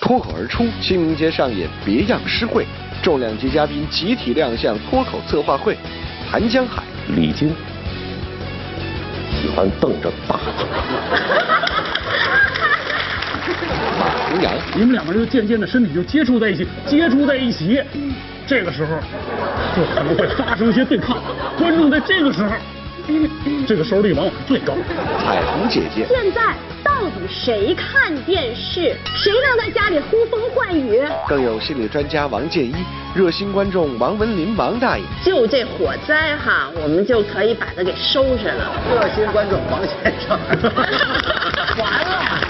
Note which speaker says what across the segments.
Speaker 1: 脱口而出，清明节上演别样诗会，重量级嘉宾集体亮相脱口策划会，谭江海、
Speaker 2: 李菁喜欢瞪着大嘴。
Speaker 1: 马洪洋、
Speaker 3: 你们两个人就渐渐的身体就接触在一起，接触在一起，
Speaker 4: 嗯
Speaker 3: 这个时候就可能会发生一些对抗。观众在这个时候，这个收视率往往是最高的。
Speaker 1: 彩虹姐姐、
Speaker 5: 现在到底谁看电视？谁能在家里呼风唤雨？
Speaker 1: 更有心理专家王建一、热心观众王文林、王大爷、
Speaker 5: 就这火灾哈，我们就可以把它给收拾了。
Speaker 4: 热心观众王先 生，完了。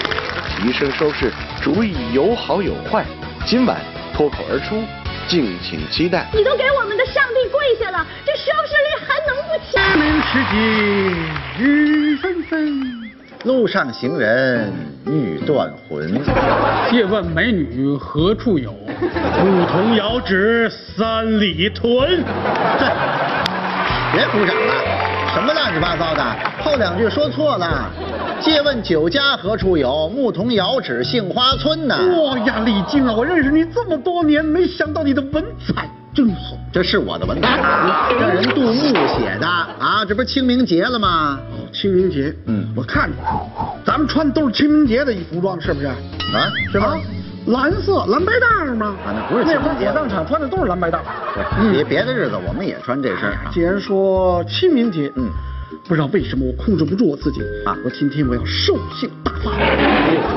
Speaker 1: 提升收视，主意有好有坏。今晚脱口而出，敬请期待。
Speaker 5: 你都给我们的上帝跪下了，这收视率还能不
Speaker 4: 明时
Speaker 5: 起？
Speaker 4: 节雨纷纷，路上行人欲断魂。
Speaker 3: 借问美女何处有？牧童遥指三里屯。
Speaker 4: 别鼓掌了，什么乱七八糟的？后两句说错了。借问酒家何处有？牧童遥指杏花村呐。
Speaker 3: 哇呀，李菁啊，我认识你这么多年，没想到你的文采真好。
Speaker 4: 这是我的文章，这人杜牧写的啊，这不是清明节了吗？
Speaker 3: 哦，清明节，
Speaker 4: 嗯
Speaker 3: 我看你，咱们穿的都是清明节的服装，是不是？
Speaker 4: 啊，是吗？
Speaker 3: 蓝色蓝白大是吗？
Speaker 4: 啊那不是
Speaker 3: 那
Speaker 4: 清
Speaker 3: 会
Speaker 4: 明节
Speaker 3: 儿火葬场穿的都是蓝白大。
Speaker 4: 嗯别别的日子我们也穿这身啊
Speaker 3: 既。然说清明节，
Speaker 4: 嗯，
Speaker 3: 不知道为什么我控制不住我自己
Speaker 4: 啊
Speaker 3: 我今天我要兽性大发，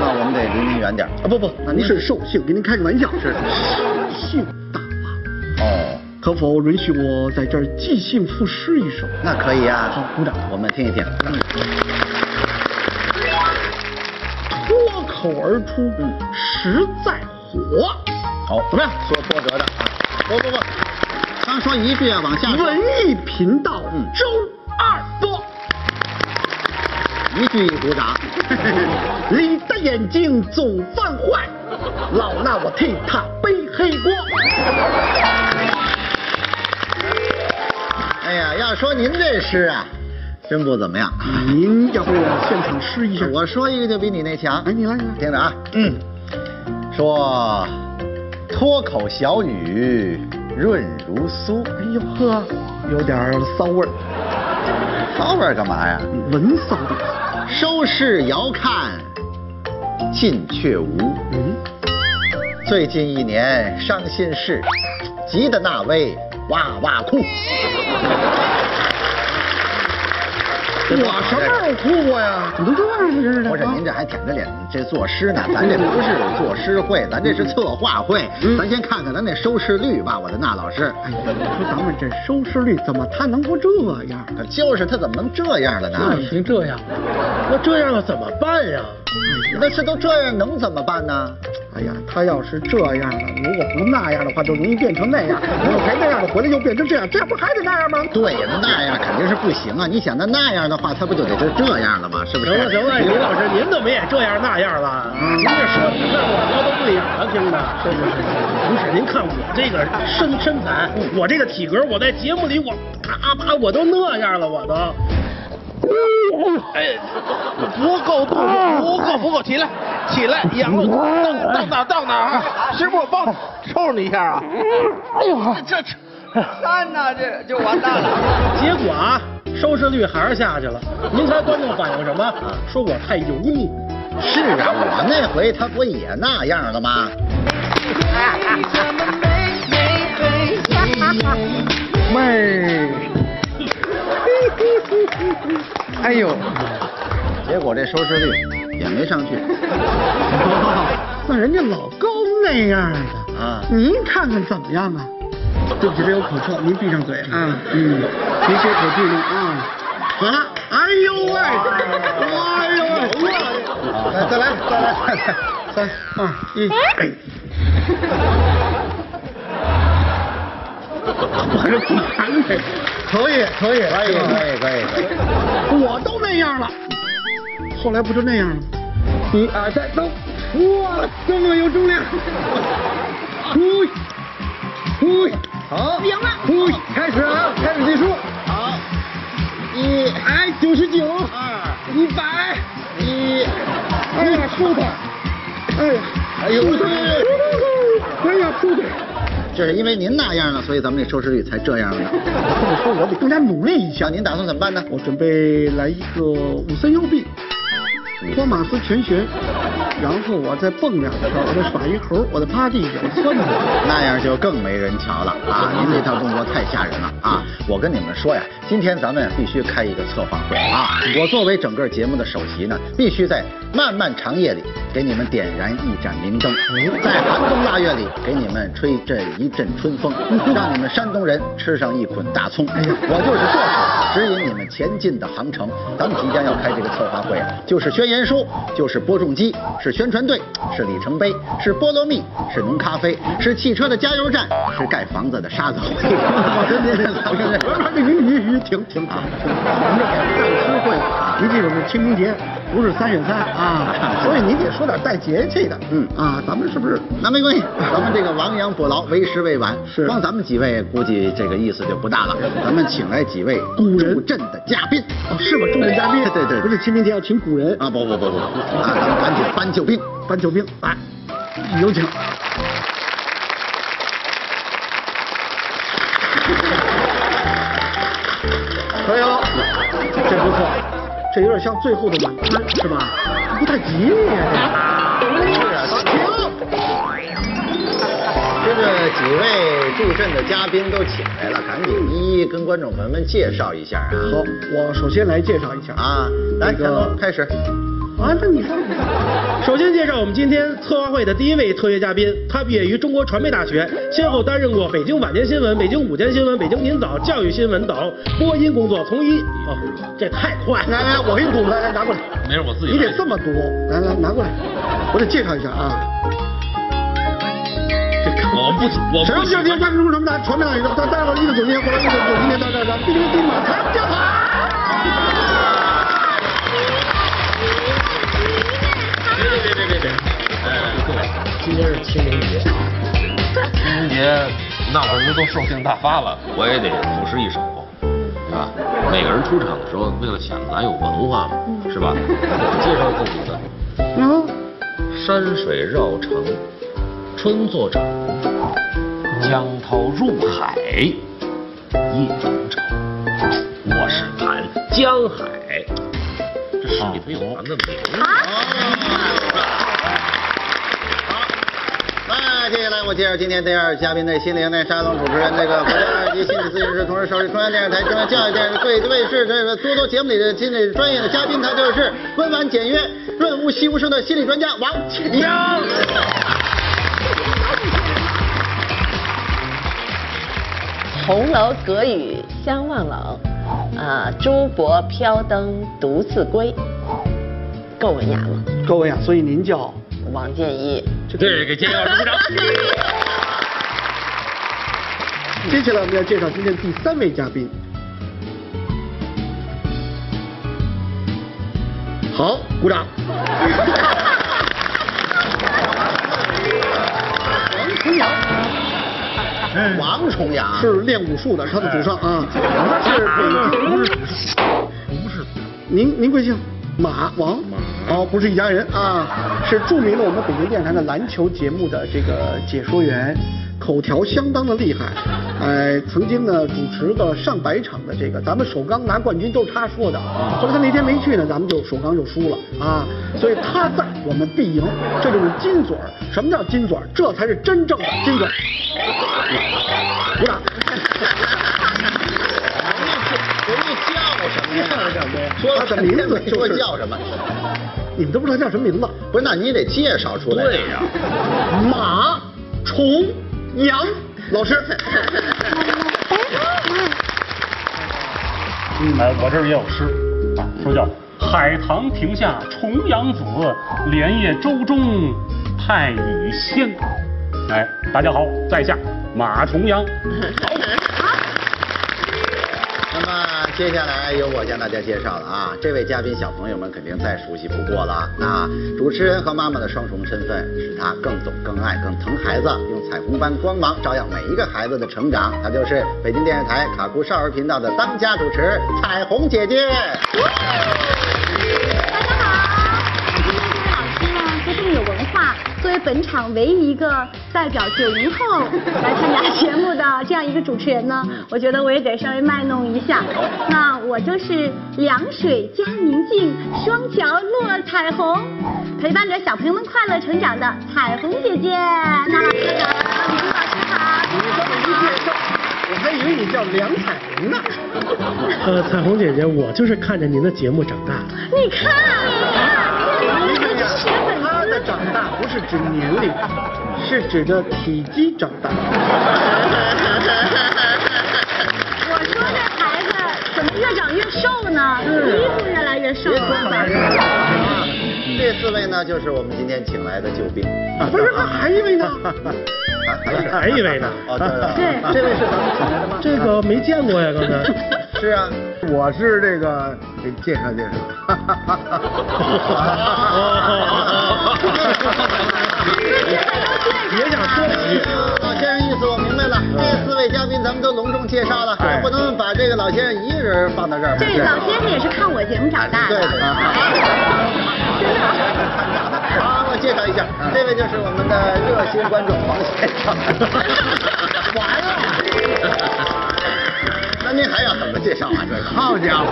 Speaker 4: 那我们得离您远点儿啊！不不，那
Speaker 3: 不
Speaker 4: 您
Speaker 3: 是兽性，跟您开个玩笑，
Speaker 4: 是
Speaker 3: 兽性大发。
Speaker 4: 哦，
Speaker 3: 可否允许我在这儿即兴赋诗一首？
Speaker 4: 那可以啊。
Speaker 3: 好鼓掌
Speaker 4: 我们听一听。
Speaker 3: 脱口而出，
Speaker 4: 嗯
Speaker 3: 实在火，
Speaker 4: 好，怎么样？说波折的啊？不不不，刚说一句啊，往下说
Speaker 3: 文，艺频道
Speaker 4: 嗯
Speaker 3: 周二播。
Speaker 4: 一句一鼓掌。
Speaker 3: 你的眼睛总犯坏，老衲我替他背黑锅。
Speaker 4: 哎呀，要说您这诗啊，真不怎么样。
Speaker 3: 您要不现场试一下？
Speaker 4: 我说一个就比你那强。
Speaker 3: 哎，你来，你来。
Speaker 4: 听着啊，嗯，说脱口小女润如酥，
Speaker 3: 哎呦呵，有点儿骚味儿，
Speaker 4: 骚味儿干嘛呀？
Speaker 3: 文骚的。
Speaker 4: 收视遥看近却无。
Speaker 3: 嗯，
Speaker 4: 最近一年伤心事，急得那位哇哇哭。
Speaker 3: 嗯我什么时候哭过呀？你都这样似的。
Speaker 4: 不是您这还舔着脸这作诗呢？咱这不是作诗会，咱这是策划会。咱先看看咱那收视率吧，我的那老师。
Speaker 3: 嗯哎呀，你说咱们这收视率怎么他能不这样？
Speaker 4: 就是他怎么能这样了呢？
Speaker 3: 经这样了，那这样了怎么办呀？
Speaker 4: 那是都这样，能怎么办呢？
Speaker 3: 哎呀，他要是这样了，如果不那样的话，就容易变成那样；如果还那样的，回来又变成这样，这样不还得那样吗？
Speaker 4: 对呀，那样肯定是不行啊！你想，那那样的话，他不就得就这样了吗？是不是？
Speaker 3: 行 了行了，李老师，您怎么也这样那样了？您这说的那我腰都不眼了，听着。是是是，不是，您看我这个身身材，
Speaker 6: 嗯
Speaker 3: 我这个体格，我在节目里我啪啪我都那样了，我都。
Speaker 7: 哎，不够肚子，不够，不够，起来，起来，仰路，到到哪到哪啊？师傅，我帮抽你一下啊！哎呦，这这，
Speaker 8: 看呐、这就完蛋了。
Speaker 3: 结果啊，收视率还是下去了。您猜观众反映什么？说我太油腻。
Speaker 4: 是啊，我那回他不也那样了吗？
Speaker 3: 妹，
Speaker 4: 哎呦，结果这收视率也没上去
Speaker 3: 那人家老高那样的。
Speaker 4: 啊。
Speaker 3: 您看看怎么样啊？对不起，这有口臭，您闭上嘴啊。嗯，您这口气呢啊。好了，哎呦喂，哎呦喂，
Speaker 4: 来，啊再来，再来，再来，
Speaker 3: 三二一，哎，我这不难的，
Speaker 4: 可以，可以，可以，可以，可以。
Speaker 3: 我都那样了，后来不就那样了？一二三，走！啊哇，这么有重量！呼，呼，
Speaker 4: 好，
Speaker 3: 赢啊了！呼，开始啊，开始计数。
Speaker 4: 好，一
Speaker 3: 哎，九十九，
Speaker 4: 二
Speaker 3: 一百。
Speaker 4: 一，
Speaker 3: 哎呀，舒坦！哎呀，
Speaker 4: 哎哎呦，
Speaker 3: 哎呀，出去！
Speaker 4: 这是因为您那样了，所以咱们这收视率才这样的。 这么说我得更加努力一下，您打算怎么办呢？
Speaker 3: 我准备来一个五三幺 B，托马斯全旋，然后我再蹦两下，我再耍一猴，我再趴地上，我窜起来。
Speaker 4: 那样就更没人瞧了 啊！您这套动作太吓人了啊！我跟你们说呀，今天咱们必须开一个策划会啊！我作为整个节目的首席呢，必须在漫漫长夜里给你们点燃一盏明灯，在寒冬腊月里给你们吹这一阵春 风，让你们山东人吃上一捆大葱。我就是舵手，指引你们前进的航程。咱们即将要开这个策划会啊，就是宣言书，就是播种机，是宣传队，是里程碑，是菠萝蜜，是浓咖啡，是汽车的加油站，是盖房子的沙子。我跟您
Speaker 3: 这鱼鱼鱼，停停停！我们这改革大吃会，您记住是清明节，不是三月 三啊，所以您得说点带节气的。
Speaker 4: 嗯
Speaker 3: 啊，咱们是不是？
Speaker 4: 那没关系，咱们这个亡羊补牢，为时未晚。
Speaker 3: 是
Speaker 4: 光咱们几位估计这个意思就不大了。咱们请来几位
Speaker 3: 古人
Speaker 4: 助阵的嘉宾。
Speaker 3: 哦，是吗？重点嘉宾，
Speaker 4: 哎对对对
Speaker 3: 不是清明节要请古人
Speaker 4: 啊，不不不不，啊，咱们赶紧搬救兵。
Speaker 3: 搬救兵来，有请。可以了，这不错，这有点像最后的晚餐，是吧？不太吉利啊。
Speaker 4: 这个几位助阵的嘉宾都请来了，赶紧一一跟观众朋友们介绍一下啊。
Speaker 3: 这好，我首先来介绍一下
Speaker 4: 啊，来，
Speaker 3: 这
Speaker 4: 乾
Speaker 3: 个
Speaker 4: 隆开始。
Speaker 3: 啊，那你看，首先介绍我们今天策划会的第一位特约嘉宾，他毕业于中国传媒大学，先后担任过北京晚间新闻、北京午间新闻、北京您早、教育新闻等播音工作，从一哦，这太快了，
Speaker 4: 来来我给你
Speaker 3: 读，来来拿过来，
Speaker 6: 没事，我自己
Speaker 3: 你
Speaker 6: 来
Speaker 3: 得这么读，来来拿过来，我得介绍一下啊。
Speaker 6: 我不我
Speaker 3: 什么
Speaker 6: 不
Speaker 3: 叫
Speaker 6: 喜
Speaker 3: 天
Speaker 6: 欢
Speaker 3: 大中什么大传媒大学？他待会儿一九九零年，后来一九九零年，到这咱哔哩哔哩马才叫
Speaker 6: 别别别别别别，哎，
Speaker 4: 今天是清明节，
Speaker 6: 清明节那老师都寿星大发了，我也得赋诗一首，是吧？每个人出场的时候，为了显得咱有文化嘛，是吧？介绍自己的，
Speaker 5: 嗯然后
Speaker 6: 山水绕城，春作者，江涛入海，夜转潮。我是盘江海，这水里头啊有咱的名字。
Speaker 5: 啊
Speaker 4: 那接下来我介绍今天第二嘉宾的心灵的沙龙主持人，那个国家二级心理咨询师，同时首席中央电视台中央教育电视对卫视这个多多节目里的心理专业的嘉宾，他就是温婉简约、润物细无声的心理专家王启阳。
Speaker 9: 红楼隔雨相望楼，
Speaker 5: 呃
Speaker 9: 啊，朱柏飘灯独自归，够文雅吗？
Speaker 3: 各位啊，所以您叫
Speaker 9: 王建 一，
Speaker 6: 对，给建议老师鼓掌。
Speaker 3: 接下来我们要介绍今天第三位嘉宾。好，鼓掌。
Speaker 4: 王重阳
Speaker 3: 是练武术的，他的祖上啊，他 是呃北
Speaker 6: 嗯
Speaker 3: 京，不是，您您贵姓？马王，哦，不是一家人啊，是著名的我们北京电台的篮球节目的这个解说员，口条相当的厉害，哎，曾经呢主持个上百场的这个，咱们首钢拿冠军都是他说的，后来他那天没去呢，咱们就首钢就输了啊，所以他在我们必赢，这就是金嘴儿。什么叫金嘴儿？这才是真正的金嘴儿。鼓掌。
Speaker 4: 人家叫什么呀？
Speaker 3: 说了半天没
Speaker 4: 说
Speaker 3: 说
Speaker 4: 叫
Speaker 3: 叫
Speaker 4: 什么？
Speaker 3: 你们都不知道叫什么名字？
Speaker 4: 不是，那你得介绍出来。
Speaker 6: 对呀、
Speaker 3: 马重阳老师。
Speaker 6: 嗯
Speaker 10: 哎，我这儿也有诗啊，说叫“海棠亭下重阳子，莲叶舟中太乙仙”。哎，大家好，在下马重阳。
Speaker 4: 那么接下来由我向大家介绍了啊，这位嘉宾小朋友们肯定再熟悉不过了啊。那主持人和妈妈的双重身份，使她更懂、更爱、更疼孩子，用彩虹般光芒照耀每一个孩子的成长。她就是北京电视台卡酷少儿频道的当家主持彩虹姐 姐。
Speaker 5: 大家好，今天这位老师呢非常有文化，作为为本场唯一一个代表九零后来参加节目的这样一个主持人呢，我觉得我也得稍微卖弄一下。那我就是凉水加宁静，双桥落彩虹，陪伴着小朋友们快乐成长的彩虹姐姐。那老师好，李老师
Speaker 3: 你这
Speaker 5: 好，
Speaker 3: 么一介绍，我还以为你叫梁彩虹呢。呃， 彩虹姐姐，我就是看着您的节目长大的。
Speaker 5: 你看，你看，你是谁的粉丝？
Speaker 3: 他的长大不是指年龄，是指的体积长大。
Speaker 5: 我说这孩子怎么越长越瘦呢？衣服越嗯来越瘦
Speaker 4: 别
Speaker 5: 了
Speaker 4: 光板啊！这四位呢，就是我们今天请来的救 兵。啊
Speaker 3: 不是，还一位呢？还一位呢？
Speaker 4: 哦，对了
Speaker 11: 啊
Speaker 3: 对，
Speaker 4: 这位是咱们请来的吗？
Speaker 3: 这个没见过呀，刚才。
Speaker 4: 是啊，
Speaker 11: 我是这个给介绍介绍。
Speaker 3: 别想说起。
Speaker 4: 老先生意思我明白了，
Speaker 11: 嗯
Speaker 4: 这四位嘉宾咱们都隆重介绍了，
Speaker 3: 哎
Speaker 4: 不能把这个老先生一个人放到这儿吧。
Speaker 5: 这
Speaker 4: 是吧
Speaker 5: 老先生也是看我节目长大的哎
Speaker 4: 对。的啊
Speaker 5: 真的
Speaker 4: 好，我介绍一下，这位就是
Speaker 11: 嗯
Speaker 4: 我们的热心观众王先生。完了，那您还要怎么介绍啊？这个
Speaker 11: 好家伙，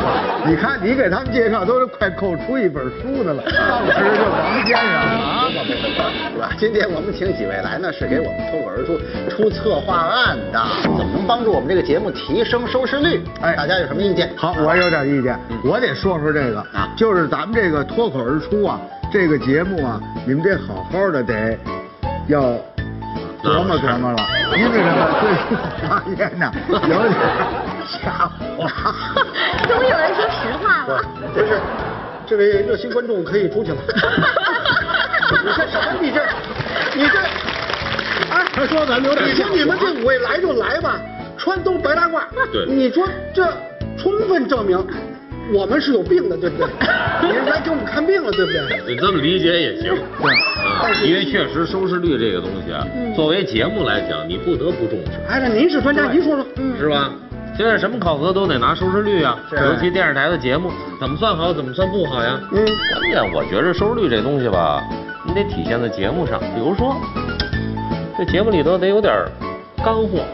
Speaker 11: 你看你给他们介绍都是快扣出一本书的了，当时这王先生啊，
Speaker 4: 啊，是吧？今天我们请几位来呢，是给我们脱口而出出策划案的，怎么能帮助我们这个节目提升收视率？哎，大家有什么意见？
Speaker 11: 好，我有点意见，我得说说这个
Speaker 4: 啊
Speaker 11: 就是咱们这个脱口而出啊，这个节目啊，你们得好好的得要琢磨琢磨了，因为什么？最近发现 呢，有点吓我。
Speaker 5: 终于有人说实话了。
Speaker 3: 不是，这位热心观众可以出 去了。
Speaker 4: 你这什么？你这，你这，
Speaker 3: 哎，他说咱们啊有点
Speaker 4: 你
Speaker 3: 像
Speaker 4: 说你们这
Speaker 3: 五位来就来吧，穿都白大褂。
Speaker 6: 对
Speaker 3: 你说这充分证明我们是有病的，对不对？你是来给我们看病了，对不对？
Speaker 6: 你这么理解也行，啊，因为确实收视率这个东西啊，作为节目来讲，你不得不重视，
Speaker 3: 哎，那您是专家，您说说。
Speaker 6: 是吧？现在什么考核都得拿收视率啊，尤其电视台的节目，怎么算好，怎么算不好呀？
Speaker 3: 嗯
Speaker 6: 关键我觉着收视率这东西吧，你得体现在节目上，比如说，这节目里头得有点儿干货，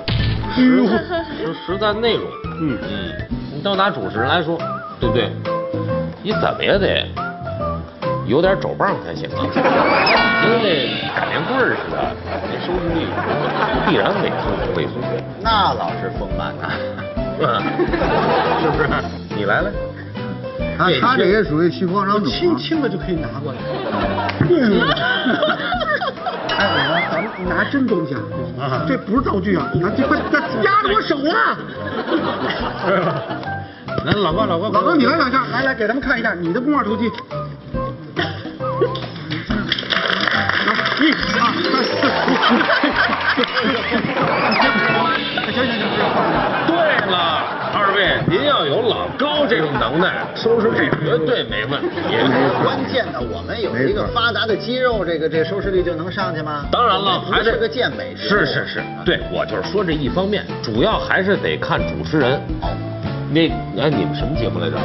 Speaker 6: 实实实在内容。
Speaker 10: 嗯
Speaker 6: 嗯，你就拿主持人来说，对不对？你怎么也得有点肘棒才行啊，因为擀面棍儿似的，那收视率必然萎缩萎缩。
Speaker 4: 那老是丰满呐，
Speaker 6: 是不是？你来了，
Speaker 11: 他他这也属于虚晃张
Speaker 3: 轻
Speaker 11: 肿。
Speaker 3: 轻的就可以拿过来。
Speaker 11: 哎
Speaker 3: 哎，咱们拿真东西啊，这不是道具啊！你看这快这压着我手了。
Speaker 6: 来，老高，老高，
Speaker 3: 老高，你来两下，来来给他们看一下你的肱二头肌。一二三四五。行行行，
Speaker 6: 对了，二位，您要有老高这种能耐，收视率绝对没问题。
Speaker 4: 关键的，我们有一个发达的肌肉，这个这收视率就能上去吗？
Speaker 6: 当然了，
Speaker 4: 这
Speaker 6: 还
Speaker 4: 不
Speaker 6: 得
Speaker 4: 是个健美节目
Speaker 6: 是是是，对我就是说这一方面，主要还是得看主持人。哦那哎，你们什么节目来 着？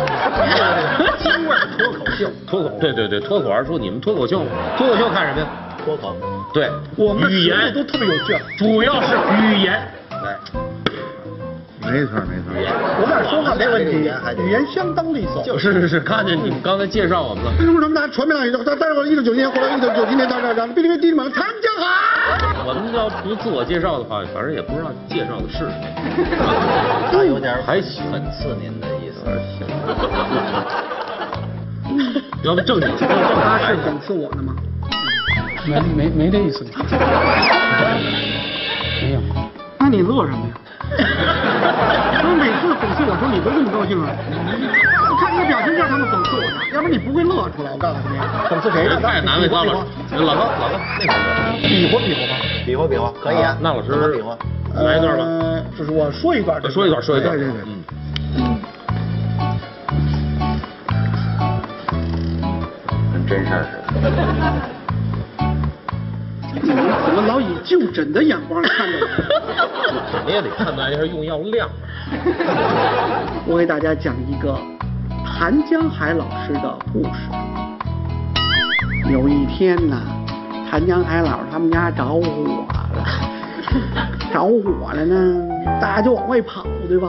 Speaker 4: 京味儿脱口秀，
Speaker 6: 脱口对对对，脱口而出，你们脱口秀吗，脱口秀看什么呀？
Speaker 4: 脱口。
Speaker 6: 对，
Speaker 3: 我们
Speaker 6: 语言
Speaker 3: 都特别有趣。
Speaker 6: 主要是语言。
Speaker 4: 来，
Speaker 11: 没错没错。
Speaker 3: 我俩说话没问
Speaker 4: 语
Speaker 3: 题
Speaker 4: 言还，得
Speaker 3: 语言相当利索。
Speaker 6: 就是是是，看见你们刚才介绍我们了。
Speaker 3: 为什么咱们大家传媒大学的？但但是我一九九零年回来，一九九七年到这儿，咱们哔哩哔哩地马他们就好。
Speaker 6: 我们要不自我介绍的话，反正也不知道介绍的是谁。
Speaker 4: 他有点
Speaker 6: 还行
Speaker 4: 讽刺您的意思。
Speaker 6: 要不正经
Speaker 3: 他
Speaker 6: 说，
Speaker 3: 是
Speaker 6: 正经
Speaker 3: 讽刺我呢吗？
Speaker 12: 没没没这意思，没有。
Speaker 3: 那你乐什么呀？不是每次讽刺我说你都这么高兴啊？我看你的表情就是他们讽刺我的，要不然你不会乐出来。我告诉你，啊哎
Speaker 4: 讽刺谁呢？
Speaker 6: 太难为高老师。老高，老高，那个
Speaker 4: 比划比划吧，比划比划可以啊。
Speaker 6: 那老师
Speaker 4: 怎么比划？
Speaker 6: 来一段吧，
Speaker 3: 呃，就是我说一段，
Speaker 6: 说一段，说一
Speaker 3: 哎
Speaker 6: 段。
Speaker 11: 对对对
Speaker 6: 嗯
Speaker 4: 跟真事儿似的。
Speaker 3: 你们怎么老以就诊的眼光看着我？
Speaker 6: 你也得判断一下用药量。啊
Speaker 3: 我给大家讲一个谭江海老师的故事。有一天呢，长江海老他们家着火了， 着火了呢，大家就往外跑，对吧？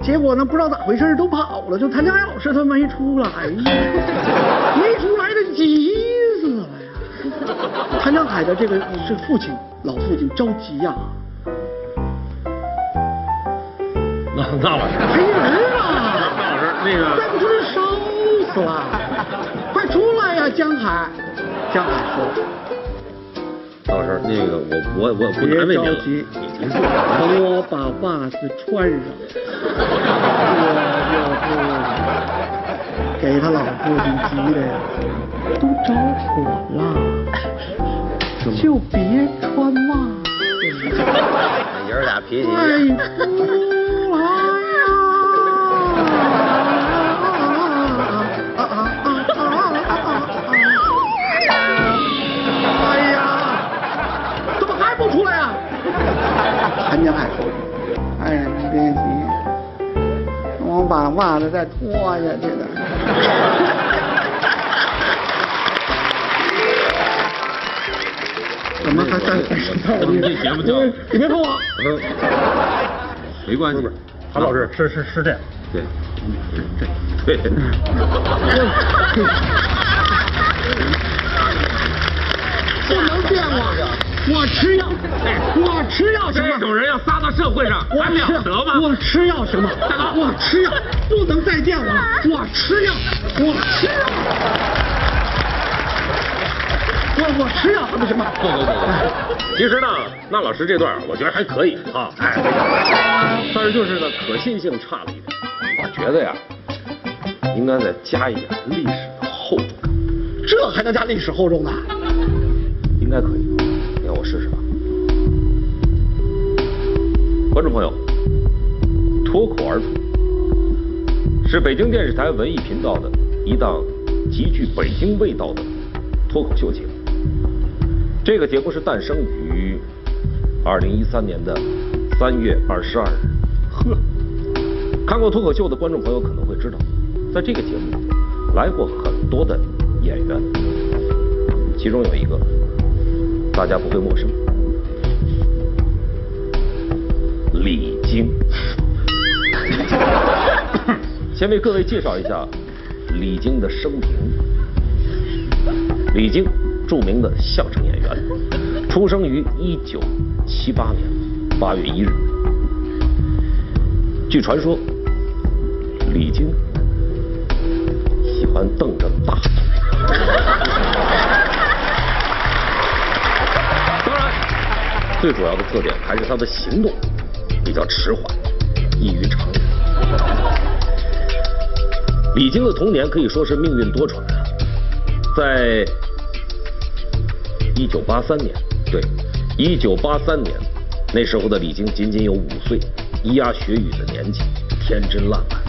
Speaker 3: 结果呢，不知道咋回事都跑了，就谭家老师他没出来，没出来他急死了呀！谭江海的这个是父亲，老父亲着急呀、
Speaker 6: 那那老师，
Speaker 3: 没人啊！
Speaker 6: 老师 那个
Speaker 3: 再不出来烧死了！快出来呀、江海！江海说
Speaker 10: 老师，那个我我我不难为您
Speaker 3: 别
Speaker 10: 了
Speaker 3: 着急，等我把袜子穿上，我就不给他老父亲急的呀，都着火了，就别穿袜子了。
Speaker 4: 爷儿俩脾气一
Speaker 3: 哎
Speaker 4: 样。
Speaker 3: 哎怎么还不出来啊？谭江海说：“哎呀，你别急，我把袜子再脱下去 的。”怎么还在
Speaker 10: 咱们这节目叫
Speaker 3: 你别碰我！
Speaker 10: 没关系，
Speaker 6: 韩老师是是是这 样，
Speaker 10: 对，对对，
Speaker 3: 不能骗我，我吃药，我吃药行吗？
Speaker 10: 这种人要撒到社会上，
Speaker 3: 我
Speaker 10: 还了
Speaker 3: 吃
Speaker 10: 得吗？
Speaker 3: 我吃药行吗？我吃药，不能再见我了，我吃药，我吃药，我我吃药还不行吗？
Speaker 10: 不不不不，其实呢，那老师这段我觉得还可以啊，哎，但是就是呢，可信性差了一点。我觉得呀，应该再加一点历史的厚重，
Speaker 3: 这还能加历史厚重呢？
Speaker 10: 应该可以。你让我试试吧。观众朋友，脱口而出是北京电视台文艺频道的一档极具北京味道的脱口秀节目。这个节目是诞生于二零一三年的三月二十二日。呵，看过脱口秀的观众朋友可能会知道，在这个节目里来过很多的演员，其中有一个大家不会陌生，李菁。先为各位介绍一下李菁的生平。李菁，著名的相声演员，出生于一九七八年八月一日。据传说，李菁喜欢瞪着大腿。当然，最主要的特点还是他的行动比较迟缓，异于常人。李菁的童年可以说是命运多舛啊，在一九八三年，对，一九八三年，那时候的李菁仅仅有五岁，咿呀学语的年纪，天真烂漫。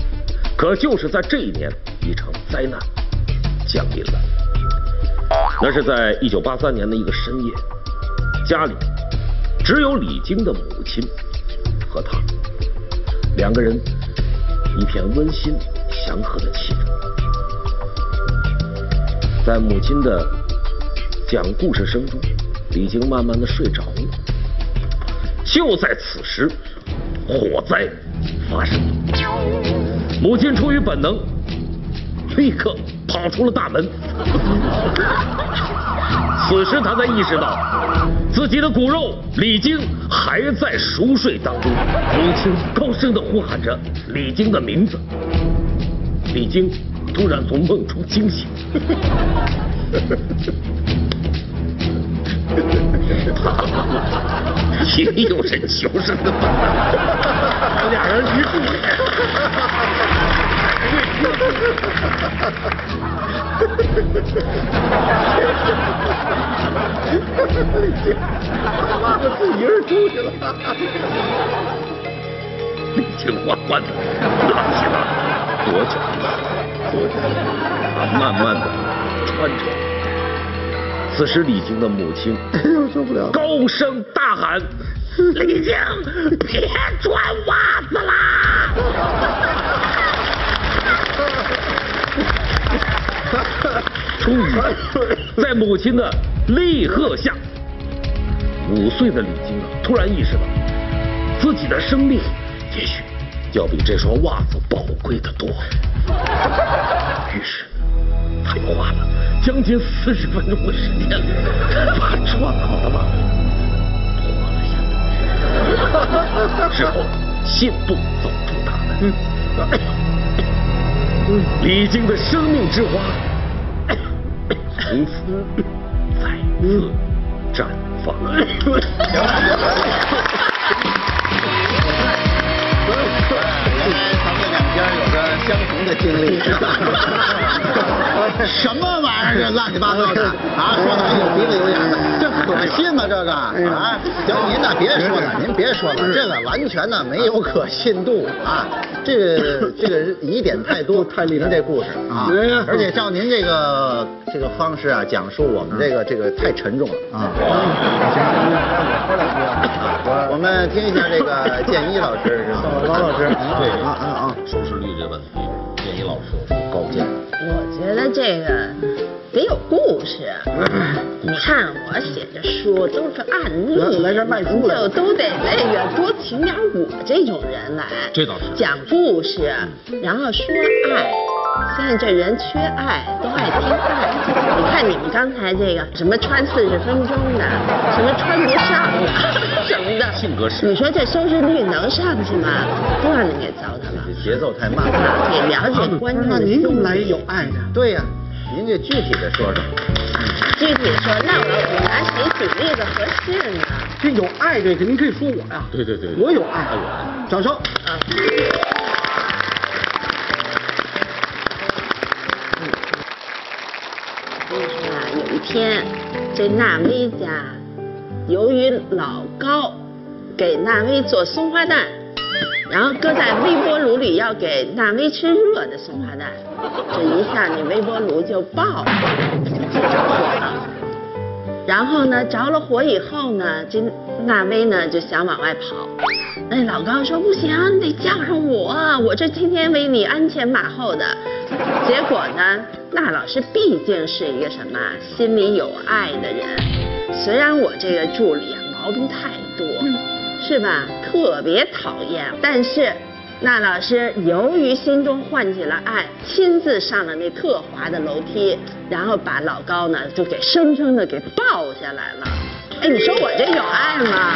Speaker 10: 可就是在这一年，一场灾难降临了。那是在一九八三年的一个深夜，家里只有李菁的母亲和他两个人，一片温馨祥和的气氛。在母亲的讲故事声中，李菁慢慢的睡着了。就在此时，火灾发生了。母亲出于本能，立刻跑出了大门。此时她才意识到，自己的骨肉李菁还在熟睡当中。母亲高声的呼喊着李菁的名字。李菁突然从梦中惊醒， 也有人求生的本能。俩人一对。
Speaker 3: 我自己人出去了。
Speaker 10: 李菁缓缓的拉起了左脚，左脚，啊，慢慢的穿着。此时，李菁的母亲
Speaker 3: 我受不了。
Speaker 10: 高声大喊：“李菁，别穿袜子啦！”终于，
Speaker 2: 在母亲的厉喝下，五岁的李菁啊，突然意识到自己的生命也许要比这双袜子宝贵的多。于是，他又花了将近四十分钟的时间，把穿好的袜子脱了下来，之后信步走出大门。 李菁的生命之花， 从此再次绽放。
Speaker 4: 咱们两家有着相同的经历。什么玩意儿？这乱七八糟的啊！说的有鼻子有眼儿的，这可信吗？这个啊，行，您呢别说了，您别说了，这个完全呢没有可信度啊！这个这个疑点太多，太厉害这故事啊！而且照您这个这个方式啊，讲述我们这个这个太沉重了啊！我们听一下这个建一老师，高老师，嗯
Speaker 2: 对啊啊啊！收视率这问题，建一老师有什么高见？
Speaker 9: 我觉得这个得有故事。你看我写的书都是案例，
Speaker 4: 来这儿卖书来
Speaker 9: 就都得那个多请点我这种人来。
Speaker 2: 这倒是
Speaker 9: 讲故事，然后说爱。现在这人缺爱，都爱听爱。你看你们刚才这个什么穿四十分钟的，什么穿不上的，什么的，
Speaker 2: 性格是
Speaker 9: 你说这收视率能上去吗？不让你给糟蹋了。
Speaker 4: 节奏太慢
Speaker 9: 了，得了解观众。
Speaker 13: 那您怎么来有爱呢？
Speaker 4: 对呀、您这具体的说说。
Speaker 9: 具体说，那我我拿谁举例子合适呢？
Speaker 13: 这有爱这个，您可以说我呀。
Speaker 2: 对对对，
Speaker 13: 我有爱。掌声。
Speaker 9: 所以说啊，有一天，这纳威家由于老高给纳威做松花蛋，然后搁在微波炉里要给纳威吃热的松花蛋，这一下你微波炉就爆了，就着火了。然后呢，着了火以后呢，这纳威呢就想往外跑。那老高说不行，你得叫上我，我这天天为你鞍前马后的。结果呢，那老师毕竟是一个什么啊心里有爱的人，虽然我这个助理啊毛病太多，是吧？特别讨厌，但是那老师由于心中唤起了爱，亲自上了那特滑的楼梯，然后把老高呢就给生生的给抱下来了。哎，你说我这有爱吗？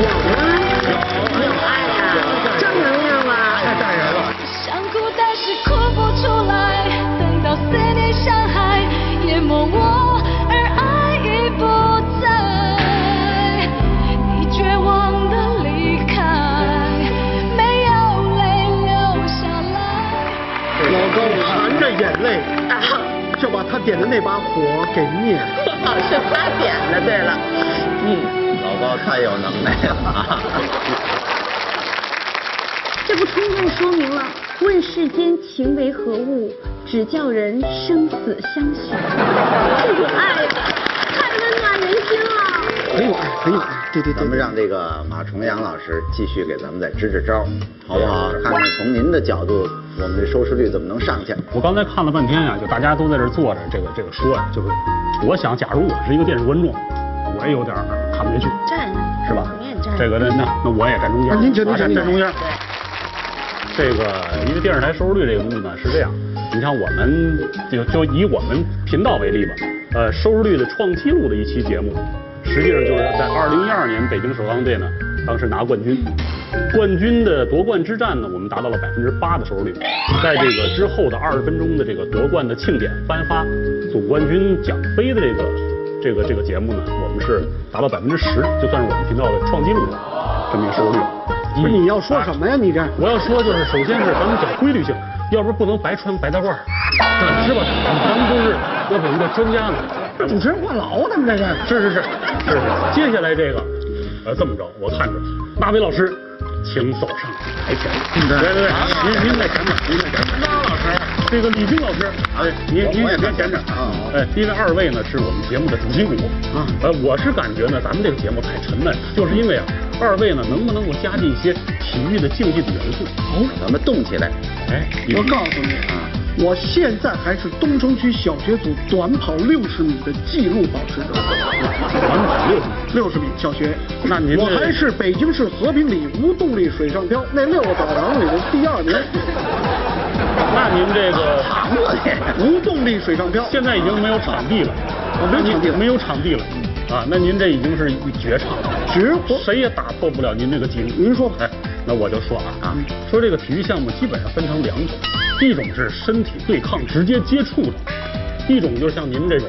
Speaker 9: 有吗？有有爱呀、正能量啊！太
Speaker 4: 感人了。
Speaker 14: 想哭但是哭不出来，等到思念像海淹没我，而爱已不在。你绝望的离开，没有泪流下来。
Speaker 13: 老高含着眼泪，就把他点的那把火给灭了。
Speaker 9: 是他点的，对了，嗯，
Speaker 4: 老高太有能耐了啊！
Speaker 5: 这不充分说明了“问世间情为何物，只叫人生死相许”。这种爱太温暖人心了。
Speaker 4: 很有爱，很有爱。对对对。咱们让这个马重阳老师继续给咱们再支支招，好不好？看看从您的角度，我们这收视率怎么能上去？
Speaker 10: 我刚才看了半天啊呀、就大家都在这坐着，这个这个说呀、就是我想，假如我是一个电视观众，我也有点儿看不下去，
Speaker 9: 站着。
Speaker 10: 是吧？这个那那那我也站中间，
Speaker 13: 啊您绝对
Speaker 10: 我
Speaker 13: 站
Speaker 10: 站中
Speaker 13: 中
Speaker 10: 间
Speaker 13: 间。
Speaker 10: 这个因为电视台收视率这个东西呢是这样，你看我们就就以我们频道为例吧，呃，收视率的创纪录的一期节目，实际上就是在二零一二年北京首钢队呢，当时拿冠军，冠军的夺冠之战呢，我们达到了百分之八的收视率，在这个之后的二十分钟的这个夺冠的庆典颁发总冠军奖杯的这个这个这个节目呢，我们是达到百分之十，就算是我们频道的创纪录了，这么一个收视率。
Speaker 13: 不嗯是你要说什么呀？你这
Speaker 10: 我要说就是，首先是咱们讲规律性，要不然不能白穿白大褂儿，是吧？咱们都是要有一个专家的。
Speaker 13: 主持人话痨呢吗？这是？
Speaker 10: 是是是是是。接下来这个，呃，这么着，我看着，那位老师，请走上台前。
Speaker 13: 嗯
Speaker 10: 对对对，您您在前面，您在前面。那老师，这个李军老师，哎，您您您前面啊。哎，因为二位呢是我们节目的主心骨啊。呃，我是感觉呢，咱们这个节目太沉闷，就是因为啊，二位呢能不能够加进一些体育的竞技的元素？
Speaker 4: 哦咱们动起来。
Speaker 13: 嗯
Speaker 10: 哎，
Speaker 13: 我告诉你
Speaker 4: 啊，
Speaker 13: 我现在还是东城区小学组短跑六十米的纪录保持者。短跑六十米，六十米小学。
Speaker 10: 那您这
Speaker 13: 我还是北京市和平里无动力水上漂那六个澡堂里的第二 名。
Speaker 10: 那您这
Speaker 4: 啊
Speaker 10: 个
Speaker 13: 无动力水上漂，
Speaker 10: 现在已经没有场地了，
Speaker 13: 哦没有场地了
Speaker 10: 没有场地了。啊，那您这已经是一绝唱了，
Speaker 13: 绝
Speaker 10: 谁也打破不了您这个记录。
Speaker 13: 您说吧，嗯
Speaker 10: 哎，那我就说啊啊，说这个体育项目基本上分成两种，一种是身体对抗直接接触的，一种就像您这种，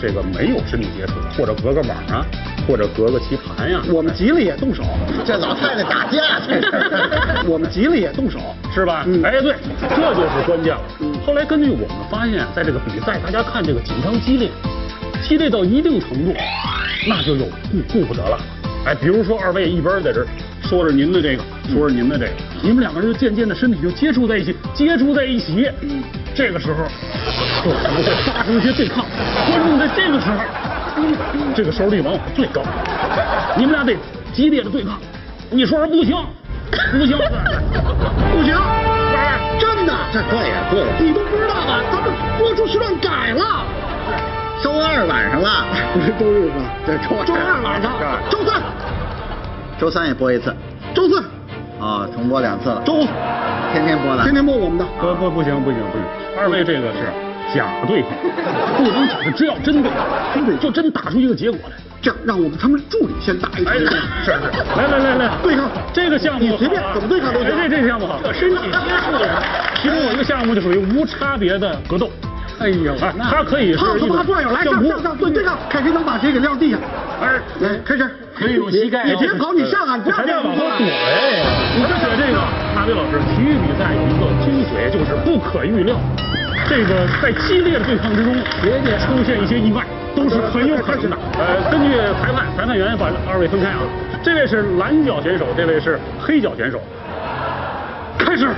Speaker 10: 这个没有身体接触，或者隔个网啊，或者隔个棋盘呀、哎
Speaker 13: 我们急了也动手，
Speaker 4: 这老太太打架这是。
Speaker 13: 我们急了也动手， 嗯
Speaker 10: 是吧？哎，对，这就是关键了。后来根据我们发现，在这个比赛，大家看这个紧张激烈，激烈到一定程度，那就有顾顾不得了。哎，比如说二位一边在这儿说着您的这个，说着您的这个，你们两个人就渐渐的身体就接触在一起，接触在一起。这个时候，就会发生一些对抗。观众在这个时候，这个手里往往最高，你们俩得激烈的对抗。你说说不行，不行，
Speaker 13: 不行，真的，
Speaker 4: 这对呀对呀，
Speaker 13: 你都不知道吧？咱们播出时段改了，
Speaker 4: 周二晚上了，
Speaker 13: 不是周日吗？
Speaker 4: 这周
Speaker 13: 周二晚上，周三，
Speaker 4: 周三也播一次，
Speaker 13: 周四，
Speaker 4: 啊，重播两次了，
Speaker 13: 周五，
Speaker 4: 天天播了，
Speaker 13: 天天播我们的。
Speaker 10: 不不不行不行不行，二位这个是假对抗，不能假，只要真对抗，真对，就真打出一个结果来。
Speaker 13: 这样让我们他们助理先打一
Speaker 10: 哎，
Speaker 13: 局
Speaker 10: 是，是，来来来来，
Speaker 13: 对抗
Speaker 10: 这个项目好啊
Speaker 13: 你随便怎么对抗都行
Speaker 10: 哎这这项目好，这身体接触的，其中有一个项目就属于无差别的格斗。哎呦，
Speaker 13: 啊
Speaker 10: 它可以是
Speaker 13: 胖子
Speaker 10: 一种
Speaker 13: 怕转悠，来
Speaker 10: 相
Speaker 13: 上
Speaker 10: 扑
Speaker 13: 上上，对对抗，看谁能把谁给撂地下。
Speaker 10: 哎，
Speaker 13: 来，开始，
Speaker 10: 可以用膝盖
Speaker 13: 你别跑，你上啊，你不要
Speaker 10: 还得
Speaker 13: 这
Speaker 10: 往
Speaker 13: 样
Speaker 10: 后躲哎。而且这个，大伟老师，体育比赛有一个精髓，就是不可预料。这个在激烈的对抗之中，出现一些意外，都是很有可能的。呃，根据裁判裁判员把二位分开啊，这位是蓝脚选手，这位是黑脚选手。开始。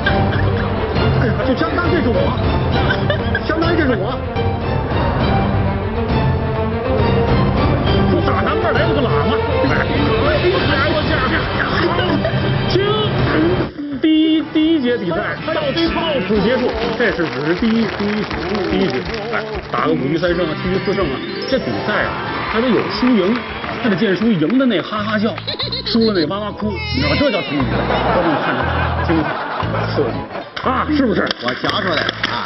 Speaker 13: 哎呀就相当这是
Speaker 10: 啊
Speaker 13: 我，相当于这是我。
Speaker 10: 说打南边来了个喇嘛，来我下面，停。第一第一节比赛到到此结束，这是只是第一第一第一局，哎，打个五局三胜啊，七局四胜啊，这比赛啊还得有输赢，还得见输赢的那哈哈笑，输了那哇哇哭，你知道这叫体育，观众看着精彩，刺激啊，是不是？
Speaker 4: 我瞧出来了啊！